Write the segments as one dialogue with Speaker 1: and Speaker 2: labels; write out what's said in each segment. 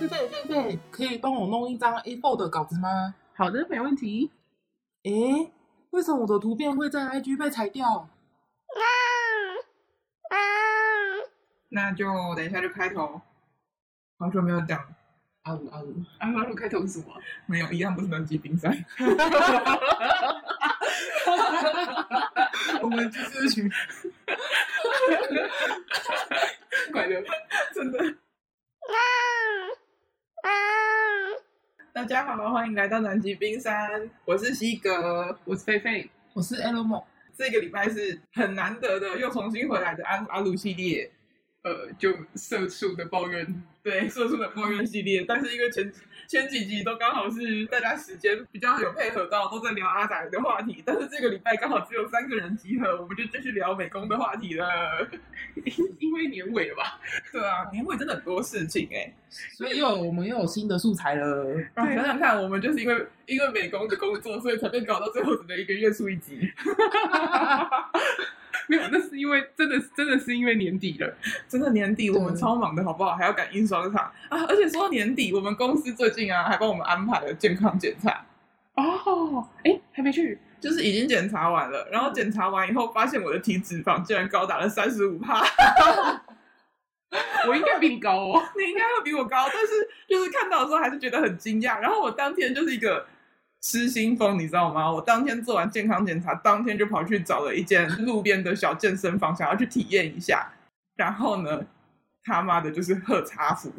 Speaker 1: 费费费，可以帮我弄一张 A4 的稿子吗？
Speaker 2: 好的，没问题。
Speaker 1: 诶，为什么我的图片会在 IG 被裁掉？
Speaker 2: 那就等一下就开头，好久没有讲
Speaker 1: 啊呜啊呜！
Speaker 2: 啊，那就开头是什 么？
Speaker 3: 没有，一样不是能级竞赛。我们就是群
Speaker 2: 快乐。
Speaker 3: 真的。大家好，欢迎来到南极冰山，我是西格。
Speaker 2: 我是狒狒，
Speaker 1: 我是 Elmo，
Speaker 3: 这个礼拜是很难得的，又重新回来的阿阿鲁系列，
Speaker 2: 呃，就社畜的抱怨。
Speaker 3: 对，说出的抱怨系列。但是因为前几前几集都刚好是大家时间比较有配合到，都在聊阿仔的话题，但是这个礼拜刚好只有三个人集合，我们就继续聊美工的话题了。
Speaker 2: 因为年尾吧，
Speaker 3: 对啊，年尾真的很多事情哎、
Speaker 1: 所以又有我们又有新的素材了。
Speaker 3: 啊， 想想看，我们就是因为因为美工的工作，所以才被搞到最后只能一个月出一集。
Speaker 2: 没有，那是因为真的真的是因为年底了，
Speaker 3: 真的年底我们
Speaker 1: 对
Speaker 3: 超忙的，好不好？还要赶印刷厂啊！而且说到年底，我们公司最近啊还帮我们安排了健康检查，
Speaker 2: 哦，哎，还没去，
Speaker 3: 就是已经检查完了。然后检查完以后，发现我的体脂肪竟然高达了三十五帕，
Speaker 2: 我应该比你高哦。
Speaker 3: 你应该会比我高，但是就是看到的时候还是觉得很惊讶。然后我当天就是一个失心疯，你知道吗？我当天做完健康检查，当天就跑去找了一间路边的小健身房，想要去体验一下。然后呢，他妈的就是喝茶服，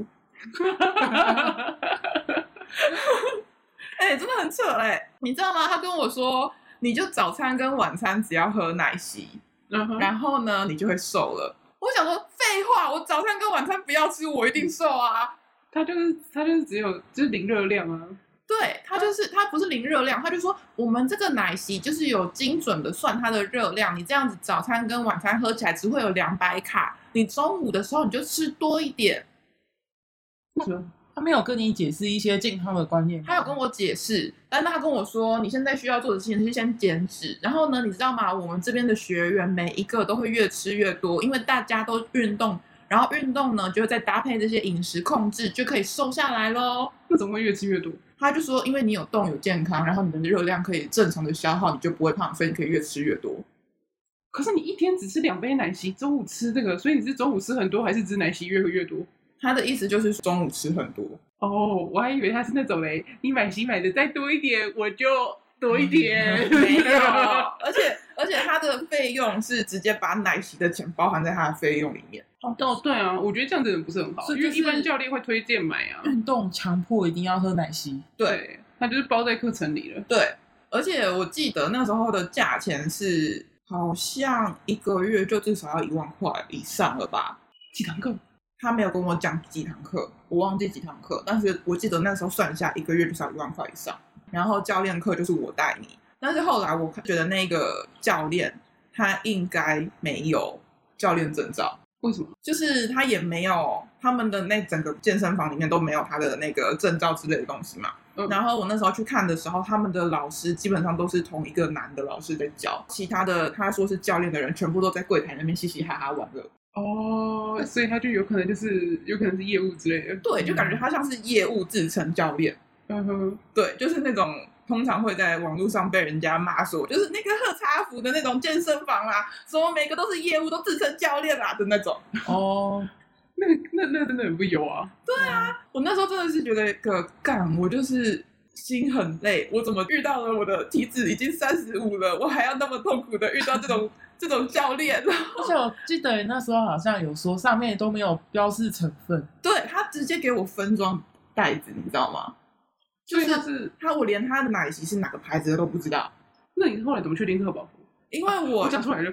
Speaker 3: 哎、真的很扯嘞、你知道吗？他跟我说，你就早餐跟晚餐只要喝奶昔，
Speaker 2: 然后
Speaker 3: 然后呢，你就会瘦了。我想说，废话，我早餐跟晚餐不要吃，我一定瘦啊。
Speaker 2: 他就是他就是只有就是零热量啊，
Speaker 3: 对，它就是它不是零热量，它就说我们这个奶昔就是有精准的算它的热量，你这样子早餐跟晚餐喝起来只会有两百卡，你中午的时候你就吃多一点。
Speaker 1: 他没有跟你解释一些健康的观念吗，
Speaker 3: 啊他有跟我解释，但他跟我说你现在需要做的事情是先减脂，然后呢，你知道吗？我们这边的学员每一个都会越吃越多，因为大家都运动，然后运动呢就会再搭配这些饮食控制，就可以瘦下来喽。
Speaker 2: 那怎么会越吃越多？
Speaker 3: 他就说，因为你有动有健康，然后你的热量可以正常的消耗，你就不会胖，所以你可以越吃越多。
Speaker 2: 可是你一天只吃两杯奶昔，中午吃这个，所以你是中午吃很多，还是吃奶昔越喝越多？
Speaker 3: 他的意思就是中午吃很多，
Speaker 2: 哦，我还以为他是那种嘞，你买席买的再多一点，我就多一点。
Speaker 3: 哎没有，而且而且他的费用是直接把奶昔的钱包含在他的费用里面。
Speaker 2: 哦，对啊，我觉得这样子人不是很好，
Speaker 1: 所以
Speaker 2: 因
Speaker 1: 就
Speaker 2: 为
Speaker 1: 是
Speaker 2: 一般教练会推荐买啊。
Speaker 1: 运动强迫一定要喝奶昔，
Speaker 3: 对，
Speaker 2: 他就是包在课程里了。
Speaker 3: 对，而且我记得那时候的价钱是好像一个月就至少要一万块以上了吧？
Speaker 2: 几堂课？
Speaker 3: 他没有跟我讲几堂课，我忘记几堂课，但是我记得那时候算下一个月至少一万块以上。然后教练课就是我带你，但是后来我觉得那个教练他应该没有教练证照，
Speaker 2: 为什么？
Speaker 3: 就是他也没有他们的那整个健身房里面都没有他的那个证照之类的东西嘛。
Speaker 2: 嗯
Speaker 3: 然后我那时候去看的时候，他们的老师基本上都是同一个男的老师在教，其他的他说是教练的人全部都在柜台那边嘻嘻哈哈玩乐。
Speaker 2: 哦，所以他就有可能就是有可能是业务之类的。
Speaker 3: 对，就感觉他像是业务自称教练。
Speaker 2: 嗯哼，
Speaker 3: 对，就是那种通常会在网络上被人家骂说，就是那个喝茶服的那种健身房啦，什么每个都是业务，都自称教练啦的那种。
Speaker 1: 哦，
Speaker 2: 那个那那真的很不油啊。
Speaker 1: 对啊，
Speaker 3: 我那时候真的是觉得一个干，我就是心很累，我怎么遇到了我的体脂已经三十五了，我还要那么痛苦的遇到这 种这种教练？啊
Speaker 1: 而且我记得那时候好像有说上面都没有标示成分，
Speaker 3: 对他直接给我分装袋子，你知道吗？就
Speaker 2: 所以
Speaker 3: 是
Speaker 2: 他是，
Speaker 3: 他，我连他的奶昔是哪个牌子的都不知道，
Speaker 2: 那你后来怎么确定是荷宝芙？
Speaker 3: 因为
Speaker 2: 我
Speaker 3: 我
Speaker 2: 讲出来了。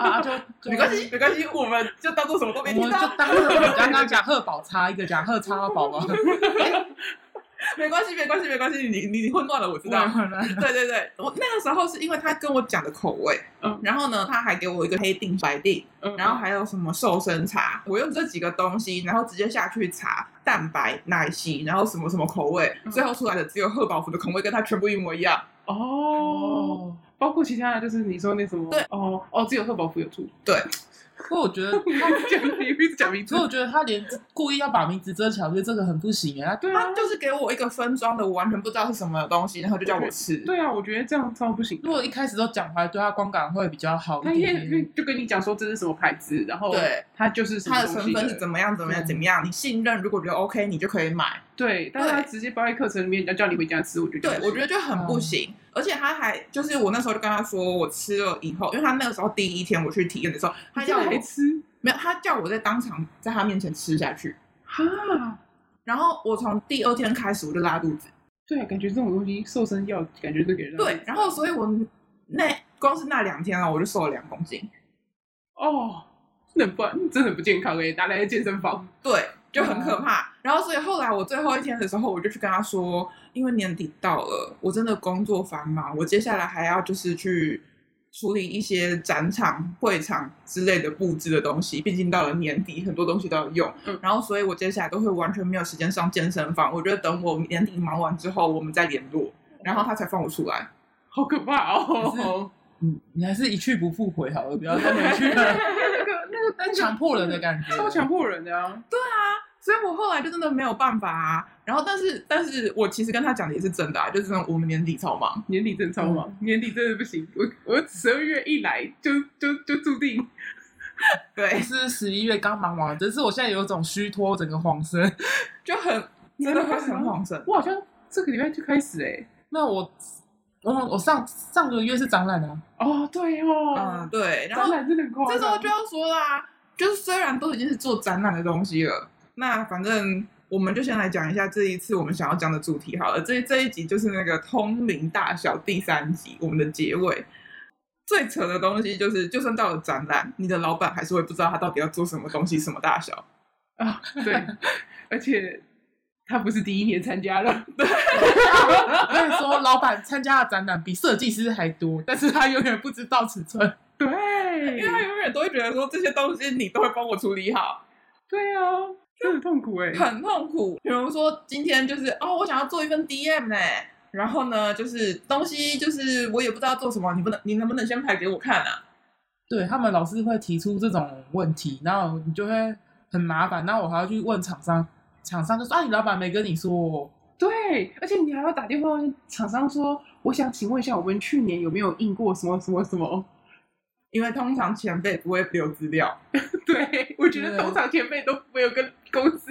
Speaker 1: 啊就
Speaker 3: 没关，系没关系，我们就当做什么都
Speaker 1: 就
Speaker 3: 没
Speaker 1: 我
Speaker 3: 听
Speaker 1: 们
Speaker 3: 到
Speaker 1: 就。当我刚刚讲贺宝差一个讲贺差宝 宝，
Speaker 3: 没关系，没关系，没关系，你你你混乱了，我知道。
Speaker 1: 道
Speaker 3: 对对对，我那个时候是因为他跟我讲的口味，
Speaker 2: 嗯
Speaker 3: 然后呢，他还给我一个黑定白定，
Speaker 2: 嗯
Speaker 3: 然后还有什么瘦身茶，我用这几个东西，然后直接下去查蛋白、奶昔，然后什么什么口味，
Speaker 2: 嗯
Speaker 3: 最后出来的只有贺宝福的口味跟它全部一模一样。
Speaker 2: 哦哦，包括其他的就是你说那什么，
Speaker 3: 对，
Speaker 2: 哦哦，只有社保福有住，
Speaker 1: 不过我觉得，
Speaker 2: 你一直讲你一直讲名字
Speaker 1: 所以，我觉得他连故意要把名字遮起来，我觉得这个很不行啊。
Speaker 2: 对啊
Speaker 3: 他，就是给我一个分装的，我完全不知道是什么东西，然后就叫我吃。
Speaker 2: 对啊，我觉得这样超不行。
Speaker 1: 如果一开始都讲出来，对他观感会比较好
Speaker 2: 他
Speaker 1: 一
Speaker 2: 因
Speaker 1: 点
Speaker 2: 为
Speaker 1: 点。
Speaker 2: 就跟你讲说这是什么牌子，然后
Speaker 3: 嗯对
Speaker 2: 它就是什么
Speaker 3: 它的
Speaker 2: 东
Speaker 3: 成
Speaker 2: 西
Speaker 3: 分是怎么样，怎么样，
Speaker 1: 嗯
Speaker 3: 怎么样？你信任，如果觉得 OK，你就可以买。
Speaker 2: 对，但是他直接包在课程里面，要叫你回家吃，我就觉
Speaker 3: 对
Speaker 2: 得，
Speaker 3: 我觉得就很
Speaker 2: 嗯
Speaker 3: 不行。而且他还就是我那时候就跟他说，我吃了以后，因为他那个时候第一天我去体验的时候，他
Speaker 2: 他
Speaker 3: 叫
Speaker 2: 叫
Speaker 3: 我
Speaker 2: 还吃
Speaker 3: 没有，他叫我在当场在他面前吃下去。
Speaker 2: 哈，
Speaker 3: 然后我从第二天开始我就拉肚子，
Speaker 2: 对啊，感觉这种东西瘦身药，感觉都给人
Speaker 3: 对，然后所以我那光是那两天啊，我就瘦了两公斤，
Speaker 2: 哦，真的不真的不健康哎、欸，打来健身房，
Speaker 3: 对，就很可怕。然后所以后来我最后一天的时候，我就去跟他说，因为年底到了，我真的工作繁忙，我接下来还要就是去处理一些展场、会场之类的布置的东西，毕竟到了年底，很多东西都要用。
Speaker 2: 嗯
Speaker 3: 然后所以我接下来都会完全没有时间上健身房，我觉得等我年底忙完之后，我们再联络。然后他才放我出来，
Speaker 2: 好可怕哦！
Speaker 1: 嗯，你还是一去不复回好了，不要再回去了，
Speaker 2: 那个那个
Speaker 1: 强迫人的感觉。
Speaker 2: 超强迫人的啊！
Speaker 3: 所以我后来就真的没有办法啊。然后，但是，但是我其实跟他讲的也是真的啊，就是真的我们年底超忙，
Speaker 2: 年底真的超忙，年底真的不行。我我十二月一来就就就注定
Speaker 1: 我
Speaker 3: 对，
Speaker 1: 是十一月刚忙完，只是我现在有一种虚脱整个黄身。
Speaker 3: 就很
Speaker 2: 你还
Speaker 3: 真
Speaker 2: 没
Speaker 3: 的会
Speaker 2: 开始吗
Speaker 3: 很慌神。
Speaker 2: 我好像这个礼拜就开始哎、欸。
Speaker 1: 那我我我上上个月是展览啊，
Speaker 2: 哦，对哦，
Speaker 3: 嗯，对。然
Speaker 2: 展
Speaker 3: 后
Speaker 2: 览真的很夸
Speaker 3: 这
Speaker 2: 张。
Speaker 3: 时候就要说啦，就是虽然都已经是做展览的东西了，那反正我们就先来讲一下这一次我们想要讲的主题好了。这这一集就是那个通灵大小第三集，我们的结尾。最扯的东西就是，就算到了展览，你的老板还是会不知道他到底要做什么东西、什么大小。
Speaker 2: 啊，对，而且他不是第一年参加了，
Speaker 1: 我跟你说，老板参加的展览比设计师还多，但是他永远不知道尺寸。
Speaker 2: 对，
Speaker 3: 因为他永远都会觉得说这些东西你都会帮我处理好，
Speaker 2: 对啊，这很痛苦哎、
Speaker 3: 很痛苦。比如说今天就是哦，我想要做一份 DM 呢、然后呢就是东西就是我也不知道做什么，你不能你能不能先排给我看啊？
Speaker 1: 对他们老是会提出这种问题，然后你就会很麻烦。那我还要去问厂商，厂商就说啊，你老板没跟你说，哦
Speaker 2: 对，而且你还要打电话跟厂商说，我想请问一下，我们去年有没有印过什么什么什么？
Speaker 3: 因为通常前辈不会留资料，
Speaker 2: 对，我觉得
Speaker 1: 对
Speaker 2: 通常前辈都没有跟公司，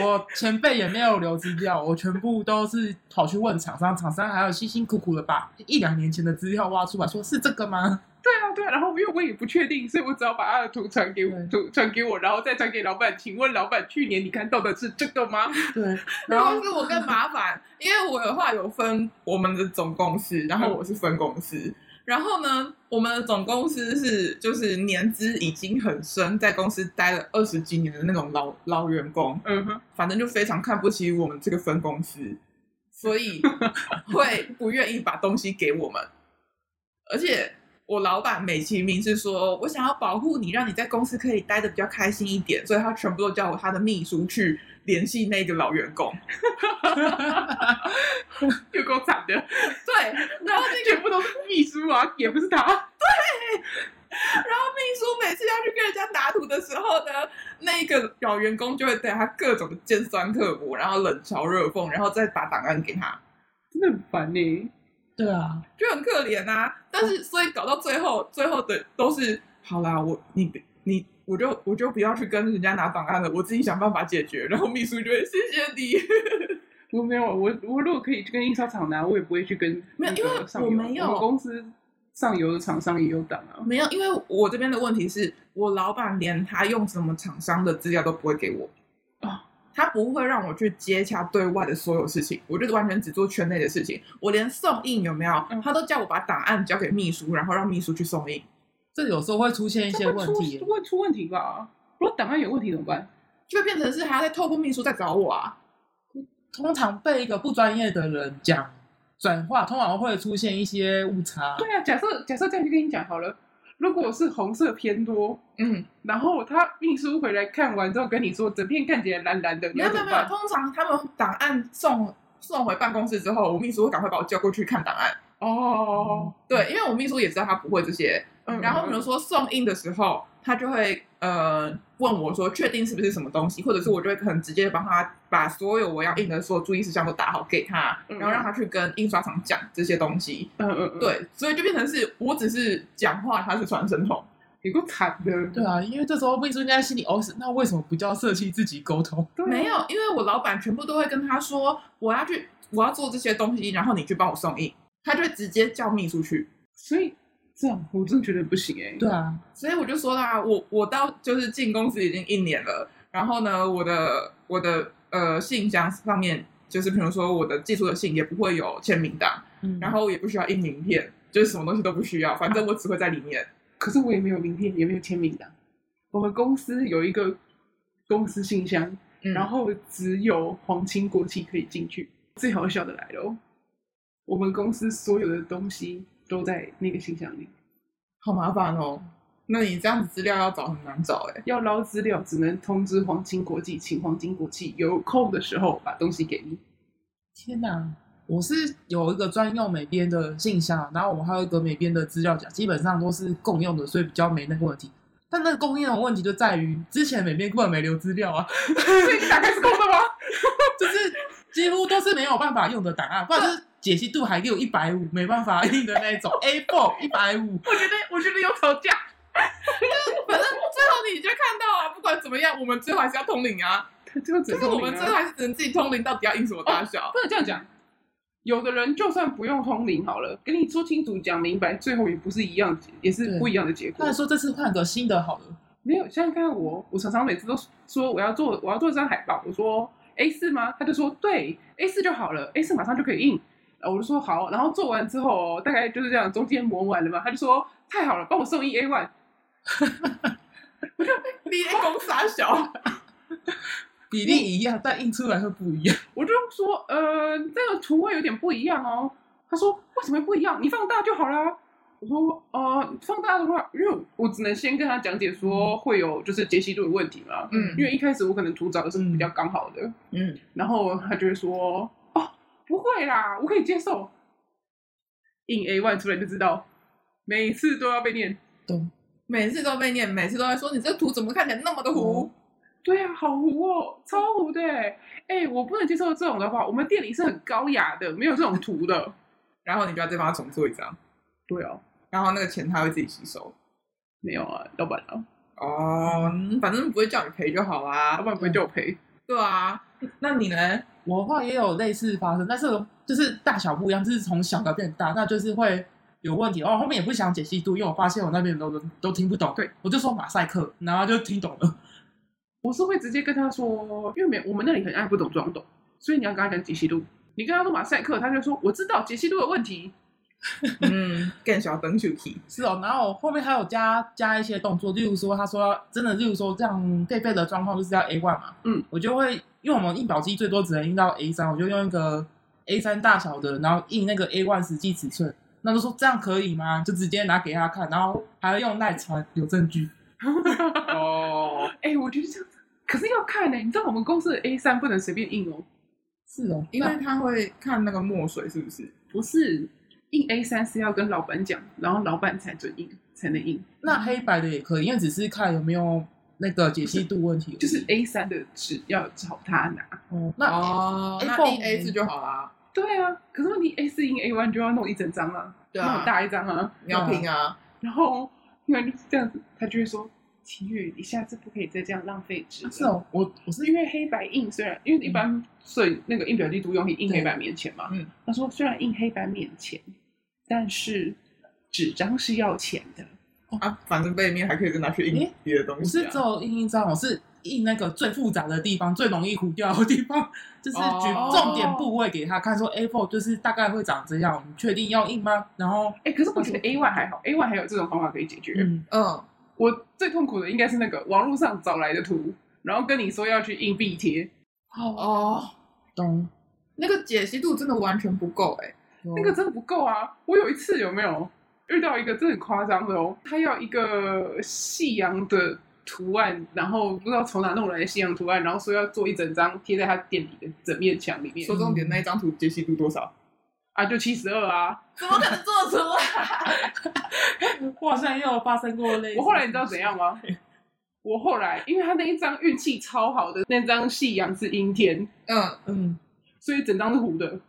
Speaker 1: 我前辈也没有留资料，我全部都是跑去问厂商，厂商还有辛辛苦苦的把一两年前的资料挖出来，说是这个吗？
Speaker 2: 对啊对啊，然后因为我也不确定，所以我只好把他的图传给我，
Speaker 1: 对
Speaker 2: 图传给我，然后再传给老板，请问老板去年你看到的是这个 吗？
Speaker 1: 对，
Speaker 3: 然
Speaker 1: 然后
Speaker 3: 后是我更麻烦，因为我的话有分我们的总公司，然后我是分公司。然后呢，我们的总公司是就是年资已经很深，在公司待了二十几年的那种老老员工，
Speaker 2: 嗯哼，
Speaker 3: 反正就非常看不起我们这个分公司， 所以会不愿意把东西给我们。而且我老板美其名是说我想要保护你，让你在公司可以待的比较开心一点，所以他全部都叫我他的秘书去联系那个老员工。
Speaker 2: 有够惨的，
Speaker 3: 对，然后那个
Speaker 2: 全部都是秘书啊，也不是他。
Speaker 3: 然后秘书每次要去跟人家打赌的时候呢，那个老员工就会对他各种的尖酸刻薄，然后冷嘲热讽，然后再把档案给他。
Speaker 2: 真的很烦呢、欸
Speaker 1: 对啊，
Speaker 3: 就很可怜啊。但是所以搞到最后，最后的都是好啦，我你你我就我就不要去跟人家拿档案了，我自己想办法解决。然后秘书就会谢谢你，
Speaker 2: 我没有，我我如果可以去跟印刷厂拿，我也不会去跟
Speaker 3: 没有
Speaker 2: 那个
Speaker 3: 因为
Speaker 2: 上游
Speaker 3: 我没有
Speaker 2: 们公司上游的厂商也有档啊。
Speaker 3: 没有，因为我这边的问题是我老板连他用什么厂商的资料都不会给我哦
Speaker 2: 啊。
Speaker 3: 他不会让我去接洽对外的所有事情，我就是完全只做圈内的事情。我连送印有没有
Speaker 2: 嗯，
Speaker 3: 他都叫我把档案交给秘书，然后让秘书去送印。
Speaker 1: 这有时候会出现一些
Speaker 2: 这
Speaker 1: 问
Speaker 2: 会出
Speaker 1: 题。
Speaker 2: 会出问题吧？如果档案有问题怎么办？
Speaker 3: 就会变成是还要再透过秘书再找我啊。
Speaker 1: 通常被一个不专业的人讲转化，通常会出现一些误差。
Speaker 2: 对啊，假设假设这样就跟你讲好了，如果是红色偏多，
Speaker 3: 嗯，
Speaker 2: 然后他秘书回来看完之后跟你说整片看起来蓝蓝的，你
Speaker 3: 没有
Speaker 2: 要
Speaker 3: 没
Speaker 2: 怎
Speaker 3: 有没
Speaker 2: 么
Speaker 3: 有，
Speaker 2: 办？
Speaker 3: 哎通常他们档案送送回办公室之后，我秘书会赶快把我叫过去看档案。
Speaker 2: 哦，
Speaker 3: 对，因为我秘书也知道他不会这些，
Speaker 2: 嗯
Speaker 3: 然后比如说送印的时候，他就会呃问我说确定是不是什么东西，或者是我就会很直接地帮他把所有我要印的所有注意事项都打好给他，
Speaker 2: 嗯
Speaker 3: 然后让他去跟印刷厂讲这些东西。
Speaker 2: 嗯嗯嗯，，
Speaker 3: 对，所以就变成是我只是讲话，他是传声筒。
Speaker 2: 有够惨的，
Speaker 1: 对啊，因为这时候秘书应该心里 OS，那为什么不叫社气自己沟通？
Speaker 2: 对啊
Speaker 3: 没有，因为我老板全部都会跟他说我要去，我要做这些东西，然后你去帮我送印，他就会直接叫秘书去。
Speaker 2: 所以这样我真的觉得不行哎、
Speaker 1: 对啊，
Speaker 3: 所以我就说啦，我我到就是进公司已经一年了，然后呢，我的我的呃信箱上面就是比如说我的寄出的信也不会有签名档，
Speaker 1: 嗯
Speaker 3: 然后也不需要印名片，就是什么东西都不需要，反正我只会在里面。
Speaker 2: 可是我也没有名片，也没有签名档。我们公司有一个公司信箱，
Speaker 3: 嗯
Speaker 2: 然后只有皇亲国戚可以进去。最好笑的来了哦，我们公司所有的东西都在那个信箱里，
Speaker 3: 好麻烦哦，那你这样子资料要找很难找哎、
Speaker 2: 要捞资料只能通知皇亲国戚，请皇亲国戚有空的时候把东西给你。
Speaker 1: 天哪！我是有一个专用美编的信箱，然后我们还有一个美编的资料夹，基本上都是共用的，所以比较没那个问题。但那个共用的问题就在于，之前美编根本没留资料啊，
Speaker 2: 所以你打开是空的吗？
Speaker 1: 就是几乎都是没有办法用的档案，或者是解析度还给我一百五，没办法印的那一 种 A4 一百五。
Speaker 2: 我觉得，我觉得有吵架。
Speaker 3: 反正最后你就看到啊，不管怎么样，我们最后还是要通灵啊，
Speaker 2: 他 这个只
Speaker 3: 就
Speaker 2: 能
Speaker 3: 是
Speaker 2: 通
Speaker 3: 我
Speaker 2: 灵
Speaker 3: 们
Speaker 2: 啊
Speaker 3: 最后还是只能自己通灵，到底要印什么大小。
Speaker 2: 不能这样讲。有的人就算不用通灵好了，跟你说清楚、讲明白，最后也不是一样，也是
Speaker 1: 对
Speaker 2: 不一样的结果
Speaker 1: 他。说这次换个新的好了，
Speaker 2: 没有，像看我，我常常每次都说我要做，我要做一张海报，我说 A 四吗？他就说对，A 四就好了，A 四马上就可以印。呃我就说好，然后做完之后，哦大概就是这样，中间磨完了嘛，他就说太好了，帮我送一 A one。
Speaker 3: 你在攻啥小？
Speaker 1: 比例一样，但印出来会不一样。
Speaker 2: 我就说，呃，这个图案有点不一样哦。他说为什么不一样？你放大就好啦。我说，呃，放大的话，因为我只能先跟他讲解说会有就是解析度的问题嘛。
Speaker 3: 嗯
Speaker 2: 因为一开始我可能图找的是比较刚好的，
Speaker 3: 嗯，
Speaker 2: 然后他就会说，哦，不会啦，我可以接受。印 A one 出来就知道，每次都要被念。
Speaker 1: 对，
Speaker 3: 每次都被念，每次都在说你这图怎么看起来那么的糊？
Speaker 2: 对啊，好糊哦，超糊的欸。哎、我不能接受这种的话，我们店里是很高雅的，没有这种图的。
Speaker 3: 然后你就要再帮他重做一张，
Speaker 2: 对哦。
Speaker 3: 然后那个钱他会自己吸收。
Speaker 2: 没有啊，老板啊，
Speaker 3: 哦，嗯反正不会叫你赔就好啦、
Speaker 2: 老板啊不会叫我赔。
Speaker 3: 对啊，那你呢？
Speaker 1: 我的话也有类似发生，但是就是大小不一样，就是从小到变大，那就是会有问题哦。后面也不想解析度，因为我发现我那边都都听不懂，
Speaker 2: 对，
Speaker 1: 我就说马赛克，然后就听懂了。
Speaker 2: 我是会直接跟他说，因为没我们那里很爱不懂装懂，所以你要跟他讲解析度。你跟他说马赛克，他就说我知道解析度的问题。
Speaker 3: 嗯，更小灯球体。
Speaker 1: 是哦，然后我后面还有加加一些动作，例如说他说真的，例如说这样贝贝的状况就是要 A one 嘛，
Speaker 2: 嗯，
Speaker 1: 我就会因为我们印表机最多只能印到 A 三，我就用一个 A 三大小的，然后印那个 A one 实际尺寸，那就说这样可以吗？就直接拿给他看，然后还要用赖传有证据，
Speaker 3: 哦，
Speaker 2: 哎、我觉得这样子，可是要看呢、你知道我们公司的 A 三不能随便印哦，
Speaker 1: 是哦，
Speaker 3: 因为他会看那个墨水是不是？
Speaker 2: 不是印 A 三是要跟老板讲，然后老板才准印才能印，
Speaker 1: 那黑白的也可以，因为只是看有没有那个解析度问题而已，
Speaker 2: 就是
Speaker 3: 嗯
Speaker 2: A 三的纸要找他拿。
Speaker 1: 哦，那
Speaker 3: 哦那
Speaker 1: iPhone-
Speaker 3: A A 字就好啦。
Speaker 2: 对啊，可是问题 A 四印 A one 就要弄一整张啊，
Speaker 3: 对
Speaker 2: 那
Speaker 3: 啊
Speaker 2: 很，大一张啊。
Speaker 3: 你要拼啊。
Speaker 2: 然后因为就是这样子，他就会说：“秦宇，你下次不可以再这样浪费纸。”
Speaker 1: 是，哦，我我
Speaker 2: 啊是嗯
Speaker 1: 是
Speaker 2: 因为黑白印虽然因为一般摄影那个印表机都用印
Speaker 1: 对
Speaker 2: 黑白面前嘛，
Speaker 3: 嗯，
Speaker 2: 他说虽然印黑白面前，但是纸张是要钱的。
Speaker 3: 啊，反正背面还可以再拿去印
Speaker 1: 诶
Speaker 3: 别的东
Speaker 1: 我
Speaker 3: 西、啊。
Speaker 1: 是只有印印章，我是印那个最复杂的地方，最容易糊掉的地方，就是举
Speaker 3: 哦
Speaker 1: 重点部位给他看，说 A4 就是大概会长这样，你确定要印吗？然后，
Speaker 2: 哎，可是我觉得 A one 还好，A one 还有这种方法可以解决。
Speaker 1: 嗯，
Speaker 3: 嗯，
Speaker 2: 我最痛苦的应该是那个网络上找来的图，然后跟你说要去印壁贴，
Speaker 3: 哦，
Speaker 1: 懂，
Speaker 3: 那个解析度真的完全不够哎、
Speaker 2: 那个真的不够啊！我有一次有没有遇到一个真的很夸张的哦，他要一个夕阳的图案，然后不知道从哪弄来的夕阳图案，然后说要做一整张贴在他店里的整面墙里面。
Speaker 3: 说重点那一张图解析度多少？
Speaker 2: 啊，就七十二啊。
Speaker 3: 怎么可能做得出来？
Speaker 1: 我好像也有发生过类似。
Speaker 2: 我后来你知道怎？样吗？我后来，因为他那一张运气超好的，那张夕阳是阴天，
Speaker 3: 嗯，
Speaker 1: 嗯，
Speaker 2: 所以整张是糊的。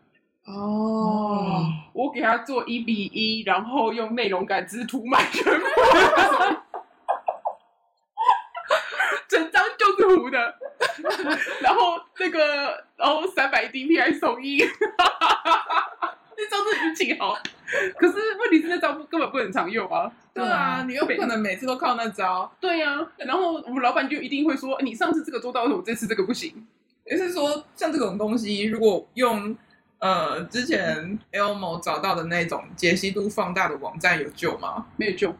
Speaker 3: 哦，
Speaker 2: 我给他做一比一，然后用内容感知涂满全部， 整张就是糊的。然后那个，然后三百 DPI 送一，那张真的运气好。可是问题是那张不根本不能常用啊。
Speaker 3: 对啊，你又不可能每次都靠那招。
Speaker 2: 对呀、啊，然后我们老板就一定会说，哎你上次这个做到，为什么这次这个不行？
Speaker 3: 也就是说，像这种东西，如果用呃之前 Elmo 找到的那种解析度放大的网站有救吗？
Speaker 2: 没有救，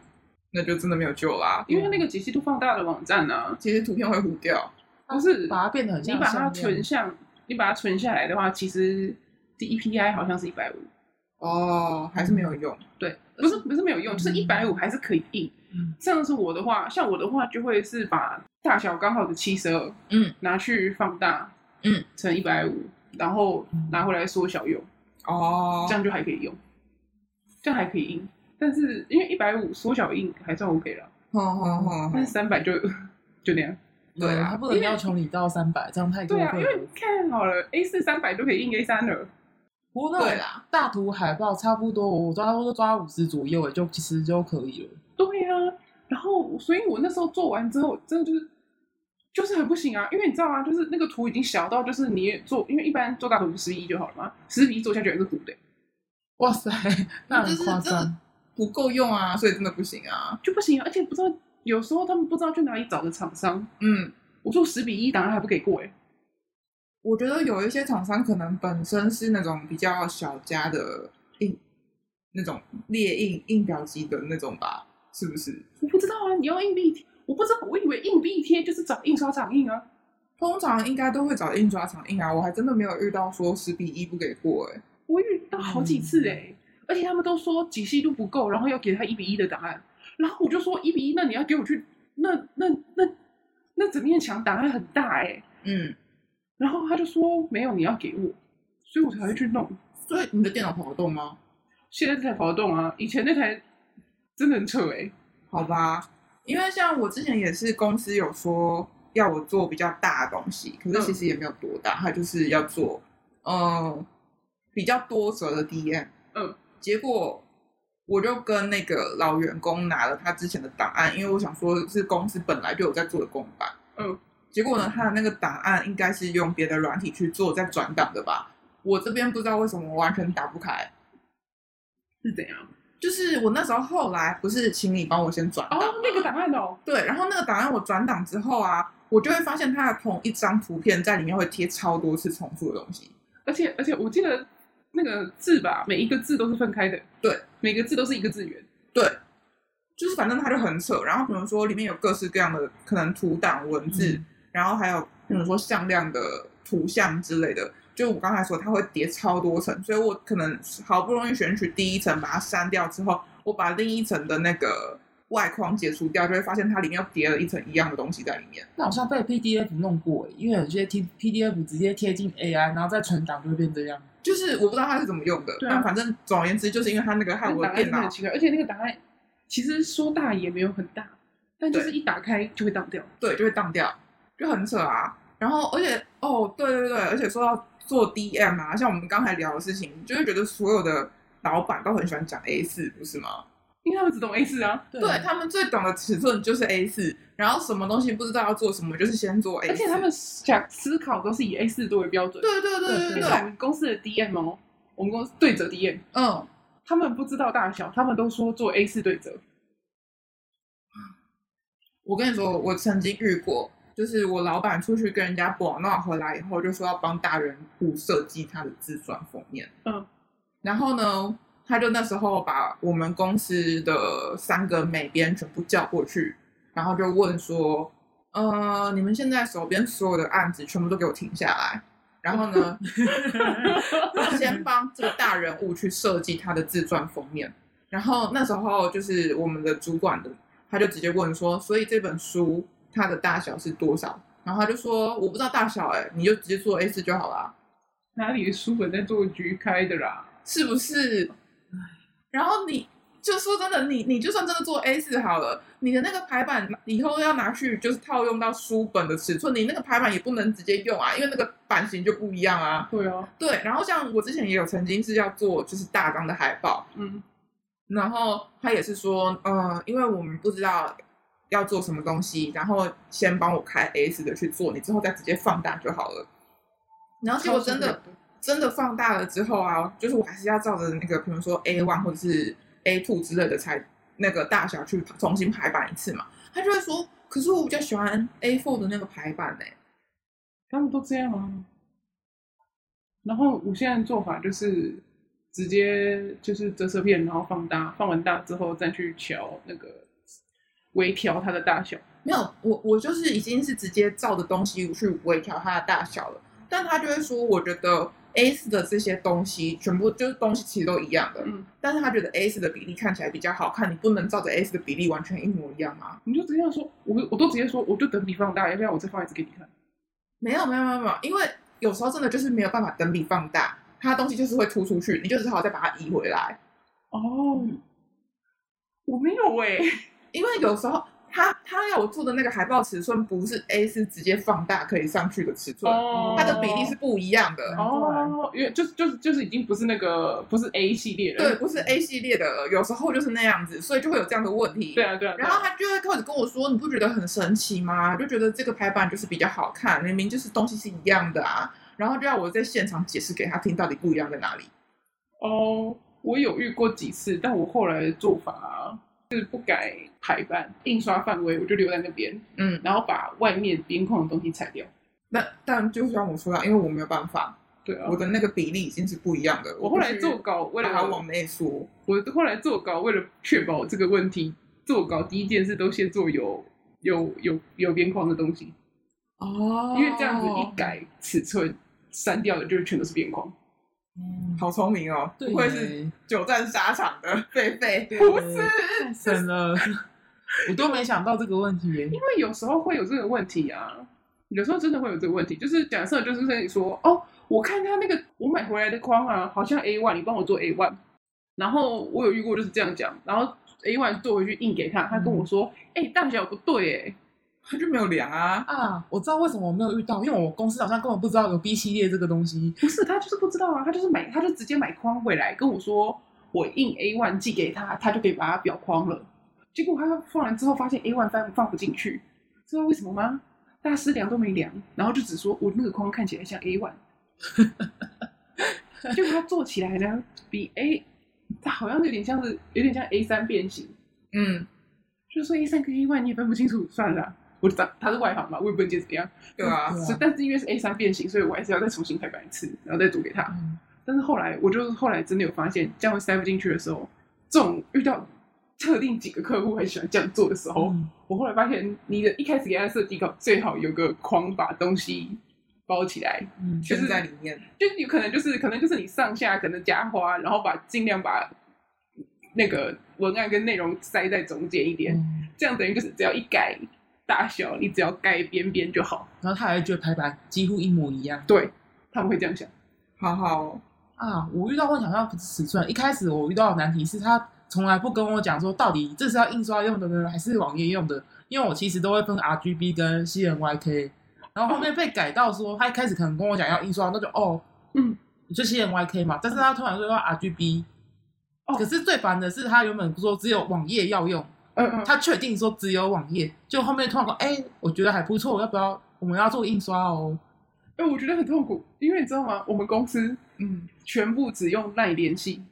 Speaker 3: 那就真的没有救啦，
Speaker 2: 因为它那个解析度放大的网站呢、啊，
Speaker 3: 其实图片会糊掉。
Speaker 2: 不是
Speaker 1: 把它变得很
Speaker 2: 你
Speaker 1: 像
Speaker 2: 把它
Speaker 1: 项链
Speaker 2: 存像，你把它存下来的话，其实 DPI 好像是一百五，
Speaker 3: 哦，还是没有用。
Speaker 2: 对，不是不是没有用，就是一百五还是可以印。
Speaker 1: 嗯
Speaker 2: 这样是我的话，像我的话就会是把大小刚好的七十二，
Speaker 3: 嗯，
Speaker 2: 拿去放大，
Speaker 3: 嗯，
Speaker 2: 乘一百五，然后拿回来缩小用，
Speaker 3: 哦
Speaker 2: 这，样就还可以用，这样还可以印。但是因为一百五缩小印还算 OK 了，
Speaker 3: 哼哼哼
Speaker 2: 但
Speaker 3: 哼
Speaker 2: 是三百就 就那样。
Speaker 3: 对啊
Speaker 1: 他不能要求你到三百，这样太过
Speaker 2: 对啊，
Speaker 1: 分
Speaker 2: 因为你
Speaker 1: 了。
Speaker 2: 看好了，A 四三百都可以印 A 三了。
Speaker 1: 不过那
Speaker 3: 对
Speaker 2: 啊
Speaker 1: 种
Speaker 3: 啦，
Speaker 1: 大图海报差不多，我抓都抓五十左右，也就其实就可以了。
Speaker 2: 对呀、然后所以我那时候做完之后，真的就是就是很不行啊，因为你知道吗？就是那个图已经小到就是你也做，因为一般做大图十一就好了嘛，十比一做下去还是糊的，
Speaker 1: 哇塞， 那很夸
Speaker 3: 这是这个
Speaker 1: 张。
Speaker 3: 不够用啊，所以真的不行啊。
Speaker 2: 就不行、啊，而且不知道有时候他们不知道去哪里找的厂商，
Speaker 3: 嗯，
Speaker 2: 我说十比一档案还不给过哎、
Speaker 3: 我觉得有一些厂商可能本身是那种比较小家的印，那种列印印表机的那种吧，是不是？
Speaker 2: 我不知道啊，你要硬币贴，我不知道，我以为硬币贴就是找印刷厂印啊，
Speaker 3: 通常应该都会找印刷厂印啊，我还真的没有遇到说十比一不给过哎、
Speaker 2: 我遇到好几次哎、而且他们都说解析度不够，然后要给他一比一的答案，然后我就说一比一，那你要给我去，那那那那整面墙档案很大哎、
Speaker 3: 嗯，
Speaker 2: 然后他就说没有，你要给我，所以我才会去弄。
Speaker 3: 所以你的电脑跑得动吗？
Speaker 2: 现在这台跑得动啊，以前那台真的很扯哎、
Speaker 3: 好吧，因为像我之前也是公司有说要我做比较大的东西，可是其
Speaker 2: 嗯
Speaker 3: 实也没有多大，他就是要做嗯比较多折的 DM，
Speaker 2: 嗯，
Speaker 3: 结果我就跟那个老员工拿了他之前的档案，因为我想说是公司本来就有在做的公版，
Speaker 2: 嗯，
Speaker 3: 结果呢他的那个档案应该是用别的软体去做再转档的吧，我这边不知道为什么完全打不开。
Speaker 2: 是怎样？
Speaker 3: 就是我那时候后来不是请你帮我先转档
Speaker 2: 哦，那个档案哦，
Speaker 3: 对，然后那个档案我转档之后啊，我就会发现它的同一张图片在里面会贴超多次重复的东西。
Speaker 2: 而且而且我记得那个字吧，每一个字都是分开的，
Speaker 3: 对，
Speaker 2: 每个字都是一个字元。
Speaker 3: 对，就是反正它就很扯。然后比如说里面有各式各样的可能图档、文字，
Speaker 1: 嗯
Speaker 3: 然后还有比如说向量的图像之类的。就我刚才说，它会叠超多层，所以我可能好不容易选取第一层把它删掉之后，我把另一层的那个外框解除掉，就会发现它里面又叠了一层一样的东西在里面。
Speaker 1: 那好像被 PDF 弄过欸，因为有些 T PDF 直接贴进 AI，然后再存档就会变这样。
Speaker 3: 就是我不知道它是怎么用的，
Speaker 2: 对啊
Speaker 3: 但反正总而言之，就是因为它那个害
Speaker 2: 那
Speaker 3: 我
Speaker 2: 档
Speaker 3: 的
Speaker 2: 案
Speaker 3: 电
Speaker 2: 真的
Speaker 3: 脑
Speaker 2: 很奇怪，而且那个档案其实说大也没有很大，但就是一打开就会当掉。
Speaker 3: 对就会当掉，就很扯啊。然后而且哦，对对对，而且说到做 DM 啊，像我们刚才聊的事情，就会觉得所有的老板都很喜欢讲 A 四，不是吗？
Speaker 2: 因为他们只懂 A 四啊，
Speaker 1: 对
Speaker 3: 对他们最懂的尺寸就是 A 四，然后什么东西不知道要做什么，就是先做 A 四。
Speaker 2: 而且他们想思考都是以 A 四作为标准。
Speaker 3: 对对对对
Speaker 2: 因为
Speaker 3: 对
Speaker 2: 像我
Speaker 3: 对，
Speaker 2: 们公司的 DM 哦，我们公司对折 DM，
Speaker 3: 嗯，
Speaker 2: 他们不知道大小，他们都说做 A 四对折。
Speaker 3: 我跟你说，我曾经遇过。就是我老板出去跟人家博闹回来以后，就说要帮大人物设计他的自传封面。
Speaker 2: 嗯，
Speaker 3: 然后呢，他就那时候把我们公司的三个美编全部叫过去，然后就问说：“呃，你们现在手边所有的案子全部都给我停下来，然后呢，先帮这个大人物去设计他的自传封面。”然后那时候就是我们的主管的，他就直接问说：“所以这本书它的大小是多少？”然后他就说：“啊我不知道大小、欸，哎，你就直接做 A 四就好啦。
Speaker 2: 哪里的书本在做局开的啦？
Speaker 3: 是不是？然后你就说真的，你你就算真的做 A 四好了，你的那个排版以后要拿去就是套用到书本的尺寸，你那个排版也不能直接用啊，因为那个版型就不一样啊。
Speaker 2: 对啊，
Speaker 3: 对，然后像我之前也有曾经是要做就是大纲的海报，
Speaker 2: 嗯，
Speaker 3: 然后他也是说，呃，因为我们不知道要做什么东西，然后先帮我开 S 的去做，你之后再直接放大就好了。然后结果真
Speaker 2: 超
Speaker 3: 的真的放大了之后啊，就是我还是要照着那个，比如说 A one 或者是 A two 之类的才那个大小去重新排版一次嘛。他就会说，可是我比较喜欢 A four 的那个排版呢、
Speaker 2: 他们都这样啊。然后我现在的做法就是直接就是折射片，然后放大，放完大之后再去调那个微调它的大小。
Speaker 3: 没有，我我就是已经是直接照着东西去微调它的大小了，但他就会说，我觉得 A 四的这些东西全部就是东西其实都一样的，
Speaker 2: 嗯，
Speaker 3: 但是他觉得 A 四的比例看起来比较好看，你不能照着 A 四的比例完全一模一样啊。
Speaker 2: 你就直接说，我我都直接说，我就等你放大，要不然我再放一次给你看。
Speaker 3: 没有没有没有没有，因为有时候真的就是没有办法等比放大，它的东西就是会突出去，你就只好再把它移回来，
Speaker 2: 哦，我没有哎、
Speaker 3: 因为有时候。他他要我做的那个海报尺寸不是 A 四直接放大可以上去的尺寸，
Speaker 2: 哦
Speaker 3: 它的比例是不一样的。
Speaker 2: 哦，因为就是就是就是已经不是那个不是 A 系列了。
Speaker 3: 对，不是 A 系列的，有时候就是那样子，所以就会有这样的问题。
Speaker 2: 对。啊对啊。对啊
Speaker 3: 然后他就会开始跟我说：“你不觉得很神奇吗？就觉得这个排版就是比较好看，明明就是东西是一样的啊。”然后就要我在现场解释给他听，到底不一样在哪里。
Speaker 2: 哦，我有遇过几次，但我后来的做法是不改排版，印刷范围我就留在那边，
Speaker 3: 嗯，
Speaker 2: 然后把外面边框的东西裁掉。
Speaker 3: 那但就像我说的，因为我没有办法，
Speaker 2: 对啊，
Speaker 3: 我的那个比例已经是不一样的。
Speaker 2: 我
Speaker 3: 不
Speaker 2: 后来
Speaker 3: 是
Speaker 2: 做稿为
Speaker 3: 把
Speaker 2: 了
Speaker 3: 它往内缩，
Speaker 2: 我后来做稿为了确保这个问题，做稿第一件事都先做有有有有边框的东西，
Speaker 3: 哦
Speaker 2: 因为这样子一，改尺寸，删掉的就全都是边框。
Speaker 1: 嗯，
Speaker 3: 好聪明哦，
Speaker 1: 对
Speaker 3: 不愧是
Speaker 1: 耶，
Speaker 3: 久战沙场的 狒狒。
Speaker 1: 不是太神了， 我都没想到这个问题耶。
Speaker 2: 因为有时候会有这个问题啊，有时候真的会有这个问题，就是假设就是跟你说，哦，我看他那个我买回来的框啊，好像 A one，你帮我做 A one，然后我有遇过就是这样讲，然后 A one 做回去印给他，他跟我说，哎、大小不对、哎，
Speaker 3: 他就没有量啊，
Speaker 1: 啊，我知道为什么我没有遇到，因为我公司好像根本不知道有 B 系列这个东西。
Speaker 2: 不是，他就是不知道啊，他就是买，他就直接买框回来跟我说，我印 A one 寄给他，他就可以把它裱框了。结果他放完之后发现 A one 放放不进去，知道为什么吗？大师量都没量，然后就只说我那个框看起来像 A one，结果他做起来呢，比 A，他好像有点像是有点像 A 三变形，
Speaker 3: 嗯，
Speaker 2: 就说 A 三跟 A one 你也分不清楚，算了啦，我就知道他是外行嘛，我也不能解怎样。
Speaker 3: 对啊，
Speaker 2: 是，但是因为是 A 三变形，所以我还是要再重新排版一次，然后再读给他。
Speaker 1: 嗯
Speaker 2: 但是后来我就是后来真的有发现，这样会塞不进去的时候，这种遇到特定几个客户很喜欢这样做的时候，
Speaker 1: 嗯
Speaker 2: 我后来发现，你的一开始给他的设计稿最好有个框把东西包起来，
Speaker 1: 嗯，
Speaker 3: 圈在里面。
Speaker 2: 就是有可能就是可能就是你上下可能加花，然后把尽量把那个文案跟内容塞在中间一点，
Speaker 1: 嗯
Speaker 2: 这样等于就是只要一改大小，你只要改边边就好。
Speaker 1: 然后他还觉得排版几乎一模一样
Speaker 2: 对他们会这样想，
Speaker 3: 好好哦，
Speaker 1: 啊。我遇到问题好像不是尺寸，一开始我遇到的难题是他从来不跟我讲说到底这是要印刷用的呢，还是网页用的，因为我其实都会分 RGB 跟 CMYK，然后后面被改到说他一开始可能跟我讲要印刷，那就哦，
Speaker 2: 嗯，
Speaker 1: 就 CMYK 嘛，但是他突然说要 RGB。
Speaker 2: 哦
Speaker 1: 可是最烦的是，他原本说只有网页要用，
Speaker 2: 嗯嗯，
Speaker 1: 他确定说只有网页，就后面突然说，哎、我觉得还不错，要不要我们要做印刷哦？
Speaker 2: 哎、我觉得很痛苦，因为你知道吗？我们公司
Speaker 3: 嗯，
Speaker 2: 全部只用赖联系，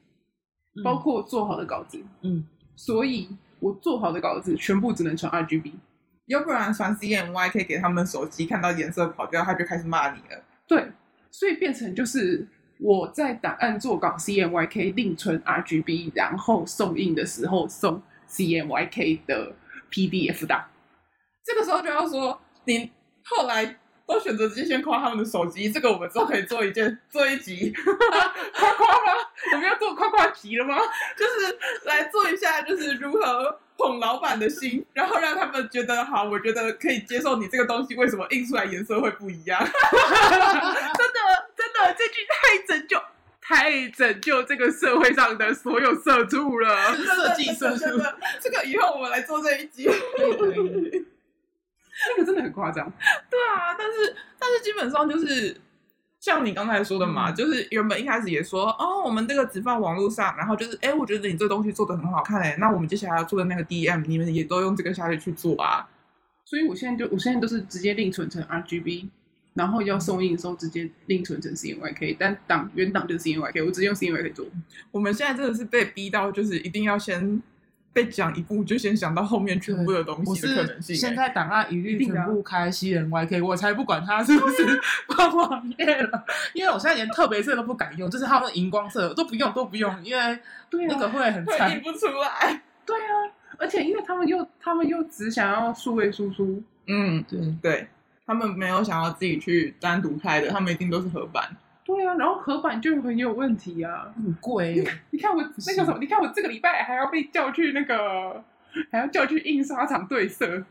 Speaker 1: 嗯
Speaker 2: 包括做好的稿子，
Speaker 1: 嗯，
Speaker 2: 所以我做好的稿子全部只能传 RGB。
Speaker 3: 要不然传 CMY 可以给他们手机看到颜色跑掉，他就开始骂你 了。
Speaker 2: 对，所以变成就是我在档案做稿 CMYK 另存 RGB，然后送印的时候送 CMYK 的 PDF 档。
Speaker 3: 这个时候就要说，你后来都选择直接先夸他们的手机，这个我们之后可以做一件做一集，
Speaker 2: 夸夸吗？我们要做夸夸题了吗？
Speaker 3: 就是来做一下，就是如何哄老板的心，然后让他们觉得好，我觉得可以接受你这个东西为什么 印出来颜色会不一样。
Speaker 2: 真的真的，这句太拯救太拯救这个社会上的所有社畜了。
Speaker 1: 是设计设计
Speaker 3: 真，的，这个以后我们来做这一 集。
Speaker 1: 可以可以
Speaker 2: 那个真的很夸张，
Speaker 3: 对啊，但是但是基本上就是像你刚才说的嘛，
Speaker 1: 嗯
Speaker 3: 就是原本一开始也说哦，我们这个只放网络上，然后就是哎，我觉得你这东西做的很好看哎，那我们接下来要做的那个 DM，你们也都用这个下去去做啊。
Speaker 2: 所以我现在就我现在都是直接另存成 RGB，然后要送印的时候直接另存成 CMYK，但档原档就是 CMYK，我直接用 CMYK 做。
Speaker 3: 我们现在真的是被逼到，就是一定要先被讲一步，就先想到后面全部的东
Speaker 1: 我
Speaker 3: 西的可能
Speaker 1: 是
Speaker 3: 性。
Speaker 1: 现
Speaker 3: 哎
Speaker 1: 在档案一
Speaker 2: 一
Speaker 1: 律
Speaker 2: 定的
Speaker 1: 全
Speaker 2: 啊
Speaker 1: 部开 CNYK，我才不管它是不是 官网页了，因为我现在连特别色都不敢用，就是他们荧光色都不用都不用，因为
Speaker 2: 对啊
Speaker 1: 那个会很
Speaker 3: 会
Speaker 1: 惨
Speaker 3: 印。不出来。
Speaker 2: 对啊，而且因为他们又他们又只想要数位输出，
Speaker 3: 嗯，
Speaker 1: 对，
Speaker 3: 对他们没有想要自己去单独开的，他们一定都是合版。
Speaker 2: 对啊，然后合版就很有问题啊。
Speaker 1: 很贵欸耶，
Speaker 2: 你看我那个什么，你看我这个礼拜还要被叫去那个，还要叫去印刷厂对色，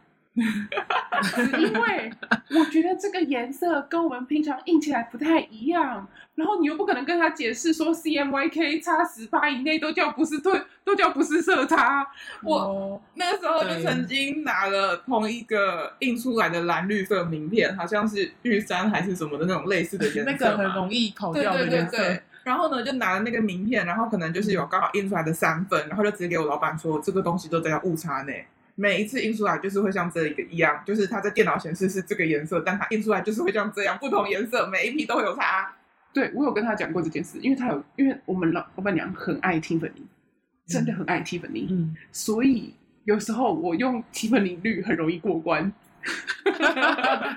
Speaker 2: 只因为我觉得这个颜色跟我们平常印起来不太一样，然后你又不可能跟他解释说 CMYK 差十八以内都叫不是对，都叫不是色差。
Speaker 3: 我
Speaker 1: 哦
Speaker 3: 那时候就
Speaker 1: 对
Speaker 3: 曾经拿了同一个印出来的蓝绿色名片，好像是玉山还是什么的那种类似的颜色嘛，
Speaker 1: 那个很容易跑
Speaker 3: 对
Speaker 1: 掉的
Speaker 3: 对对
Speaker 1: 颜色嗯
Speaker 3: 对。。然后呢，就拿了那个名片，然后可能就是有刚好印出来的三份，然后就直接给我老板说，这个东西都在误差内。每一次印出来就是会像这一个一样，就是它在电脑显示是这个颜色，但它印出来就是会像这样，不同颜色，每一批都会有差。
Speaker 2: 对我有跟他讲过这件事，因为他有，因为我们老老板娘很爱 Tiffany，真的很爱 Tiffany，、
Speaker 1: 嗯，
Speaker 2: 所以有时候我用提分零率很容易过关，但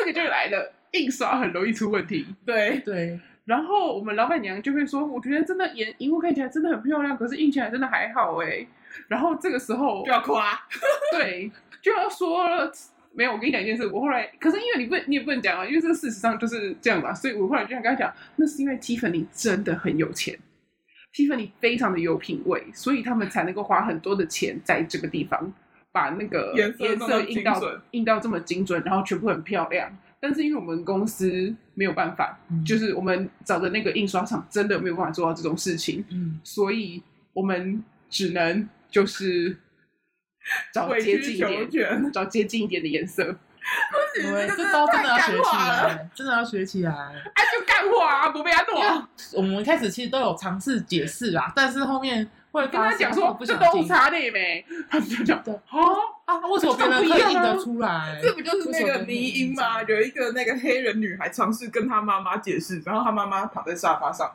Speaker 2: 这个就来了，印刷很容易出问题。
Speaker 3: 对，
Speaker 1: 对，
Speaker 2: 然后我们老板娘就会说：“我觉得真的眼荧幕看起来真的很漂亮，可是印起来真的还好哎、然后这个时候
Speaker 3: 就，要夸。
Speaker 2: 对，就要说了没有，我跟你讲一件事，我后来，可是因为你不，你也不能讲啊，因为这个事实上就是这样嘛，所以我后来就想跟他讲，那是因为 Tiffany 真的很有钱，Tiffany 非常的有品味，所以他们才能够花很多的钱在这个地方把那个
Speaker 3: 颜色
Speaker 2: 颜
Speaker 3: 弄到
Speaker 2: 色印
Speaker 3: 精
Speaker 2: 到
Speaker 3: 准
Speaker 2: 印到这么精准，然后全部很漂亮。但是因为我们公司没有办法，
Speaker 1: 嗯
Speaker 2: 就是我们找的那个印刷厂真的没有办法做到这种事情，
Speaker 1: 嗯，
Speaker 2: 所以我们只能就是找
Speaker 3: 委
Speaker 2: 接
Speaker 3: 曲
Speaker 2: 近一
Speaker 3: 求
Speaker 2: 点，
Speaker 3: 全，
Speaker 2: 找接近一点的颜色。
Speaker 3: 不行
Speaker 1: 对，
Speaker 3: 个
Speaker 1: 这
Speaker 3: 真
Speaker 1: 招
Speaker 3: 的
Speaker 1: 真的
Speaker 3: 太
Speaker 1: 要学
Speaker 3: 干
Speaker 1: 起
Speaker 3: 话了。
Speaker 1: 来，真的要学起来。
Speaker 2: 哎、就干话啊，不被他
Speaker 1: 因为
Speaker 2: 弄。
Speaker 1: 我们一开始其实都有尝试解释啦，但是后面会
Speaker 2: 跟
Speaker 1: 发
Speaker 2: 他
Speaker 1: 现
Speaker 2: 讲
Speaker 1: 我
Speaker 2: 说
Speaker 1: 不，
Speaker 2: 这
Speaker 1: 想
Speaker 2: 都
Speaker 1: 听
Speaker 2: 差的没，他就讲
Speaker 1: 对
Speaker 2: 哦，
Speaker 1: 啊，为什么别人可以印得出来？
Speaker 3: 啊这不就是那个迷因吗？有一个那个黑人女孩尝试跟她妈妈解释，然后她妈妈躺在沙发上，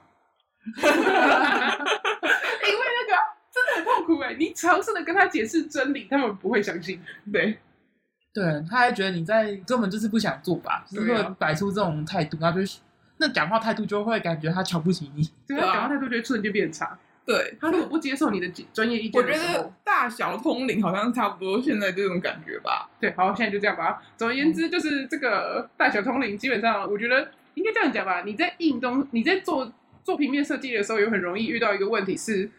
Speaker 2: 因为那个真的很痛苦哎、你尝试的跟他解释真理，他们不会相信。
Speaker 3: 对，
Speaker 1: 对，他还觉得你在根本就是不想做吧，就是
Speaker 3: 对
Speaker 1: 会
Speaker 3: 啊
Speaker 1: 摆出这种态度，他就那讲话态度就会感觉他瞧不起你。
Speaker 2: 对
Speaker 3: 对啊
Speaker 2: 他讲话态度就会瞬间变差。
Speaker 3: 对，
Speaker 2: 他如果不接受你的专业意
Speaker 3: 我
Speaker 2: 见
Speaker 3: 觉
Speaker 2: 的时
Speaker 3: 得
Speaker 2: 候，
Speaker 3: 大小通灵好像差不多现在这种感觉吧。
Speaker 2: 对，好，现在就这样吧。总而言
Speaker 3: 嗯
Speaker 2: 之，就是这个大小通灵，基本上我觉得应该这样讲吧。你在印东，你在做做平面设计的时候，有很容易遇到一个问题是，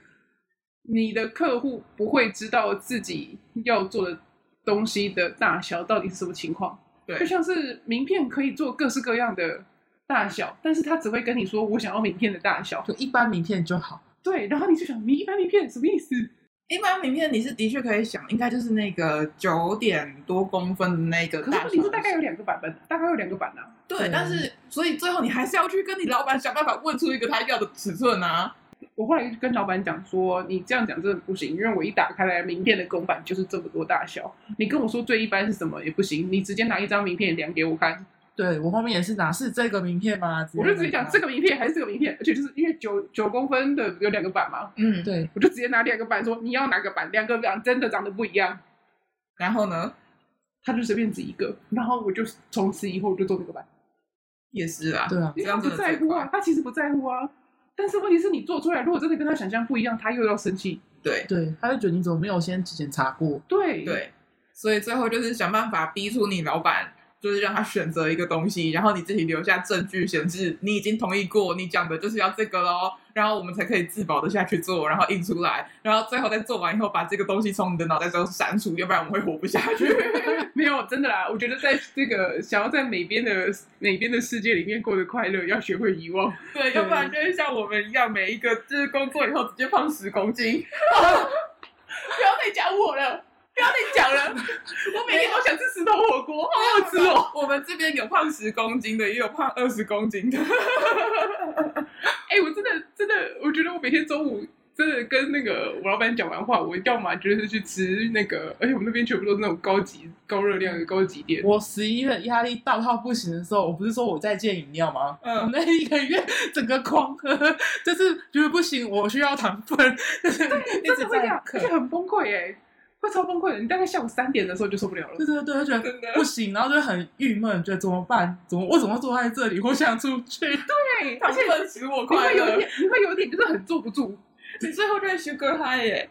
Speaker 2: 你的客户不会知道自己要做的东西的大小到底是什么情况。
Speaker 3: 对
Speaker 2: 就像是名片可以做各式各样的大小，但是他只会跟你说我想要名片的大小。
Speaker 1: 就一般名片就好，
Speaker 2: 对，然后你就想，你一般名片什么意思？
Speaker 3: 一般名片你是的确可以想，应该就是那个九点多公分的那个
Speaker 2: 可是
Speaker 3: 大
Speaker 2: 问
Speaker 3: 小
Speaker 2: 题是大概有两个版本，大概有两个版啊。
Speaker 3: 对，但是所以最后你还是要去跟你老板想办法问出一个他要的尺寸啊。
Speaker 2: 我后来就跟老板讲说，你这样讲真的不行，因为我一打开来名片的公版就是这么多大小，你跟我说最一般是什么也不行，你直接拿一张名片量给我看，
Speaker 1: 对我后面也是拿是这个名片吗？
Speaker 2: 我就直接讲这
Speaker 1: 个。
Speaker 2: 个名片还是这个名片，而且就是因为九九公分的有两个版嘛，
Speaker 3: 嗯，
Speaker 1: 对，
Speaker 2: 我就直接拿两个版说你要哪个版，两个版真的长得不一样，
Speaker 3: 然后呢
Speaker 2: 他就随便指一个，然后我就从此以后就做这个版，
Speaker 3: 也是啊，
Speaker 1: 对啊，
Speaker 3: 这
Speaker 2: 因为他
Speaker 3: 样
Speaker 2: 不
Speaker 3: 真的
Speaker 2: 在
Speaker 3: 最
Speaker 2: 乎
Speaker 3: 快
Speaker 2: 啊，他其实不在乎啊，但是问题是你做出来如果真的跟他想象不一样，他又要生气，
Speaker 3: 对
Speaker 1: 对，他就觉得你怎么没有先检查过？
Speaker 2: 对
Speaker 3: 对，所以最后就是想办法逼出你老板，就是让他选择一个东西，然后你自己留下证据显示你已经同意过，你讲的就是要这个咯，然后我们才可以自保的下去做，然后印出来，然后最后再做完以后把这个东西从你的脑袋中删除，要不然我们会活不下去。
Speaker 2: 没有，有真的啦，我觉得在这个想要在美边的美边的世界里面过得快乐，要学会遗忘。
Speaker 3: 对，要不然就会像我们一样，每一个就是工作以后直接胖十公斤。
Speaker 2: 不要再讲我了，不要再讲了，我每天都想吃石头火锅，好好吃哦。
Speaker 3: 我们这边有胖十公斤的，也有胖二十公斤的。
Speaker 2: 哎、我真的真的，我觉得我每天中午真的跟那个我老板讲完话，我要么就是去吃那个，而且我们那边全部都是那种高级高热量的高级店。
Speaker 1: 我十一月压力大到不行的时候，我不是说我在戒饮料吗？我
Speaker 3: 嗯，
Speaker 1: 那一个月整个狂喝，就是觉得不行，我需要糖分，一
Speaker 2: 真
Speaker 1: 直
Speaker 2: 的会这
Speaker 1: 在
Speaker 2: 样，
Speaker 1: 喝
Speaker 2: 而且。很崩溃哎、会超崩溃的。你大概下午三点的时候就受不了了
Speaker 1: 对。对对，就觉得
Speaker 3: 真的
Speaker 1: 不行，然后就很郁闷，觉得怎么办？怎么我怎么坐在这里？我想出去。
Speaker 2: 对而
Speaker 3: 糖
Speaker 2: 且
Speaker 3: 分使我
Speaker 2: 你
Speaker 3: 快
Speaker 2: 会有一
Speaker 3: 乐。
Speaker 2: 点，你会有一点就是很坐不住。
Speaker 3: 你最后就是 sugar high 耶，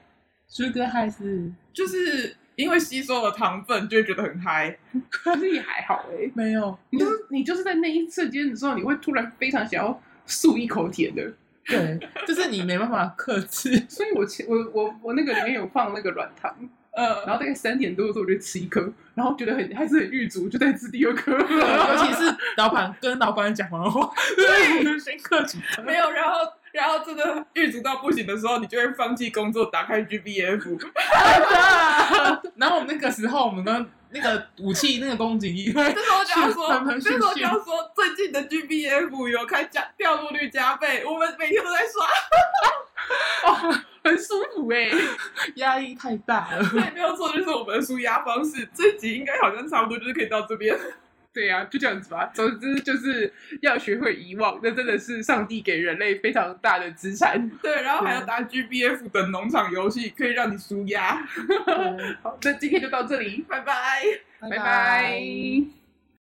Speaker 1: Sugar 还是
Speaker 3: 就是因为吸收了糖分，就会觉得很嗨。
Speaker 2: 可是也还好哎、
Speaker 1: 没有？
Speaker 2: 你就是你就是在那一瞬间的时候，你会突然非常想要漱一口甜的。
Speaker 1: 对，就是你没办法克 制。
Speaker 2: 所以我前我我我那个里面有放那个软糖，然
Speaker 3: 嗯，
Speaker 2: 后大概三点多的时候我就吃一颗，然后觉得很还是很欲足，就在吃第二颗。
Speaker 1: 尤其是老板跟老板讲完话，对，先克制。
Speaker 3: 没有，然后然后真的郁卒到不行的时候，你就会放弃工作，打开 GBF。
Speaker 1: 然后我们那个时候，我们跟那个武器那个攻击力会
Speaker 3: 这时候就要
Speaker 1: 是
Speaker 3: 说
Speaker 1: 喷，喷
Speaker 3: 这时候
Speaker 1: 是
Speaker 3: 就是要说，最近的 GBF 有开加掉落率加倍，我们每天都在刷，
Speaker 2: 很舒服哎、
Speaker 1: 压力太大了。
Speaker 3: 对，没有错，就是我们的舒压方式。这集应该好像差不多，就是可以到这边。
Speaker 2: 对呀、就这样子吧。总之就是要学会遗忘，那真的是上帝给人类非常大的资产。
Speaker 3: 对，然后还有打 GBF 的农场游戏，可以让你舒压。
Speaker 1: 对
Speaker 2: 好，那今天就到这里，
Speaker 3: 拜拜。
Speaker 1: 拜
Speaker 2: 拜拜